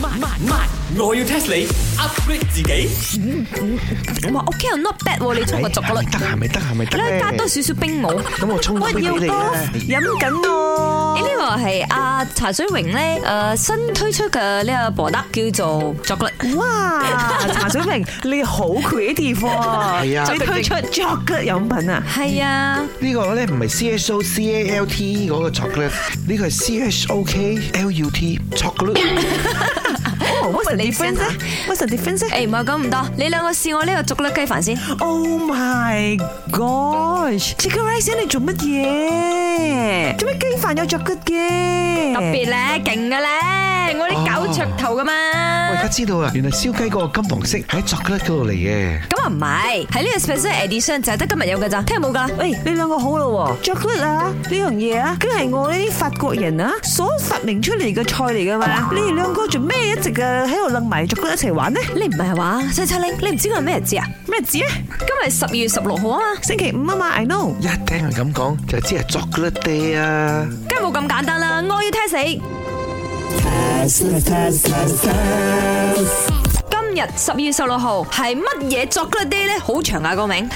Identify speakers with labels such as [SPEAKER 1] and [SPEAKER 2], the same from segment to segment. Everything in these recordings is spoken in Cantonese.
[SPEAKER 1] 慢慢慢，我要 test 你 upgrade 自己。
[SPEAKER 2] 我話 OK 又 not bad 喎，你沖個逐個率，
[SPEAKER 3] 得係咪得係咪得
[SPEAKER 2] 你可以
[SPEAKER 3] 咧？
[SPEAKER 2] 加多少少冰我。
[SPEAKER 3] 咁我沖杯俾你啦。
[SPEAKER 4] 飲緊咯
[SPEAKER 2] 誒。呢個係阿茶水榮咧，誒新推出嘅呢個 product 叫做朱古力，
[SPEAKER 4] 哇！茶水明，你好 creative 喎！
[SPEAKER 3] 係啊
[SPEAKER 4] 你推出 j o g 飲品啊！
[SPEAKER 2] 係啊，
[SPEAKER 3] 呢個咧唔係 C H O C A L E T 嗰個 chocolate，呢個係 C H O K L U T chocolate。
[SPEAKER 4] 哦，what's the difference 咧
[SPEAKER 2] 啊
[SPEAKER 4] ？what's the difference 咧
[SPEAKER 2] 誒唔係講咁多，你兩個試我呢個朱古力雞飯先，
[SPEAKER 4] ？Oh my gosh！Chicken rice 你做乜嘢？做咩雞飯有 j o g 嘅？
[SPEAKER 2] 特別咧，勁嘅咧，我啲搞噱頭噶
[SPEAKER 3] 我而
[SPEAKER 2] 嘛
[SPEAKER 3] 家。知道啦，原來燒雞嗰個金黃色喺 chocolate à. 嗰度嚟嘅。
[SPEAKER 2] 咁啊唔係，喺呢個 special edition 就係得今日有嘅咋，聽日冇噶。
[SPEAKER 4] 喂，你兩個好咯喎，chocolate 啊呢樣嘢啊，佢係我呢啲法國人啊所發明出嚟嘅菜嚟噶嘛，你哋兩個做咩一直啊喺度楞埋 chocolate 一齊玩呢？
[SPEAKER 2] 你唔係話西七玲，你唔知今日咩日子啊？
[SPEAKER 4] 咩字啊？
[SPEAKER 2] 今日十二月十六號啊嘛，
[SPEAKER 4] 星期五啊嘛，I know。
[SPEAKER 3] 一聽佢咁講，就知係 chocolate à. day 啊！
[SPEAKER 2] 梗係冇咁簡單啦，我要 test 你。今日十二月十六號係乜嘢作 o c o day 咧？好長啊個名，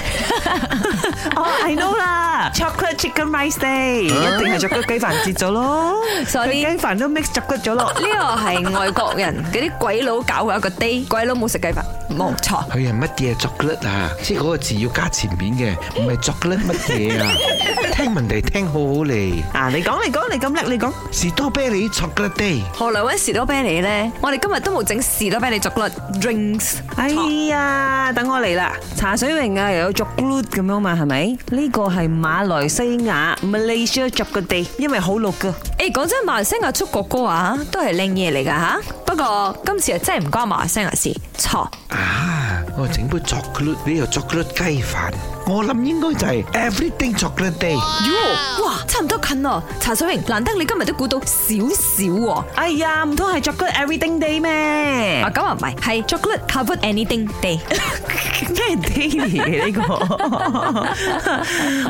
[SPEAKER 4] 哦，I Ờ, know 啦，chocolate chicken rice day，一定係 chocolate 雞飯節咗咯
[SPEAKER 2] Sorry
[SPEAKER 4] 佢雞飯都 mix chocolate 咗咯
[SPEAKER 2] 呢。個係外國人嗰啲鬼佬搞嘅一個 day，鬼佬冇食雞飯，冇錯。
[SPEAKER 3] 佢係乜嘢 à, chocolate à. 啊？即係嗰個字要加前面嘅，唔係 chocolate à. 乜嘢啊？聽聞地聽好好嚟，
[SPEAKER 4] 啊，你講你講你咁叻，你講
[SPEAKER 3] 士多啤梨 chocolate day。
[SPEAKER 2] 何來揾士多啤梨咧？我哋今日都冇整士多啤梨作 o drinks。
[SPEAKER 4] 哎呀，等我嚟啦！茶水榮啊，又有 chocolate 咁樣嘛，係咪？呢個係馬來西亞 Malaysia chocolate day，因為好綠噶。
[SPEAKER 2] 誒講真，馬來西亞出國歌啊，都係靚嘢嚟㗎吓。不過今次係真係唔關馬來西亞事，錯。
[SPEAKER 3] 啊！我整杯 chocolate 呢個 chocolate 雞飯，我諗應該就係 everything chocolate day。
[SPEAKER 2] 喲，哇，差唔多近咯，茶水榮，難得你今日都估到少少喎。
[SPEAKER 4] 哎呀，唔通係 chocolate everything day 咩
[SPEAKER 2] 啊，？咁啊唔係，係 chocolate covered anything day。
[SPEAKER 4] 咩 day 嚟嘅呢個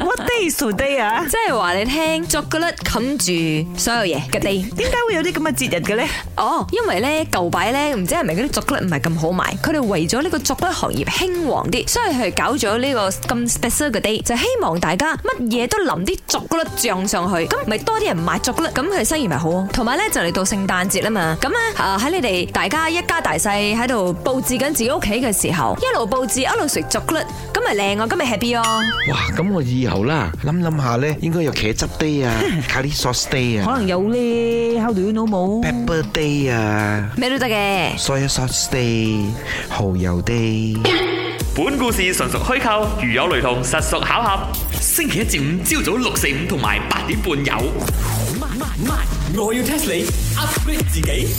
[SPEAKER 4] ？What day is today à? 啊？
[SPEAKER 2] 即係話你聽 chocolate 冚住所有嘢嘅 day。
[SPEAKER 4] 點解會有啲咁嘅節日嘅咧？
[SPEAKER 2] 哦，因為咧舊擺咧唔知係咪嗰啲 chocolate 唔係咁好賣，佢哋為咗呢個 chocolate 行業興旺啲，所以佢搞咗呢個咁 special 嘅 day，就希望大家乜嘢都淋啲 chocolate 醬上去，咁咪多啲人買 chocolate，咁佢生意咪好咯。同埋咧就嚟到聖誕節啦嘛，咁咧啊喺你哋大家一家大細喺度佈置緊自己屋企嘅時候，一路佈置一路食 chocolate，咁咪靚啊，咁咪 happy 咯。
[SPEAKER 3] 哇！咁我以後啦，諗諗下咧，應該有茄汁 day 啊，curry sauce day
[SPEAKER 4] 可
[SPEAKER 3] 啊
[SPEAKER 4] 能有咧，How do you know 冇？
[SPEAKER 3] ，pepper day 啊
[SPEAKER 2] 咩都得嘅。
[SPEAKER 3] ，soy sauce day，蠔油 day。
[SPEAKER 1] 本故事純屬虛構，如有雷同，實屬巧合。星期一至五朝早六四五同埋八點半有。我要 test 你 upgrade 自己。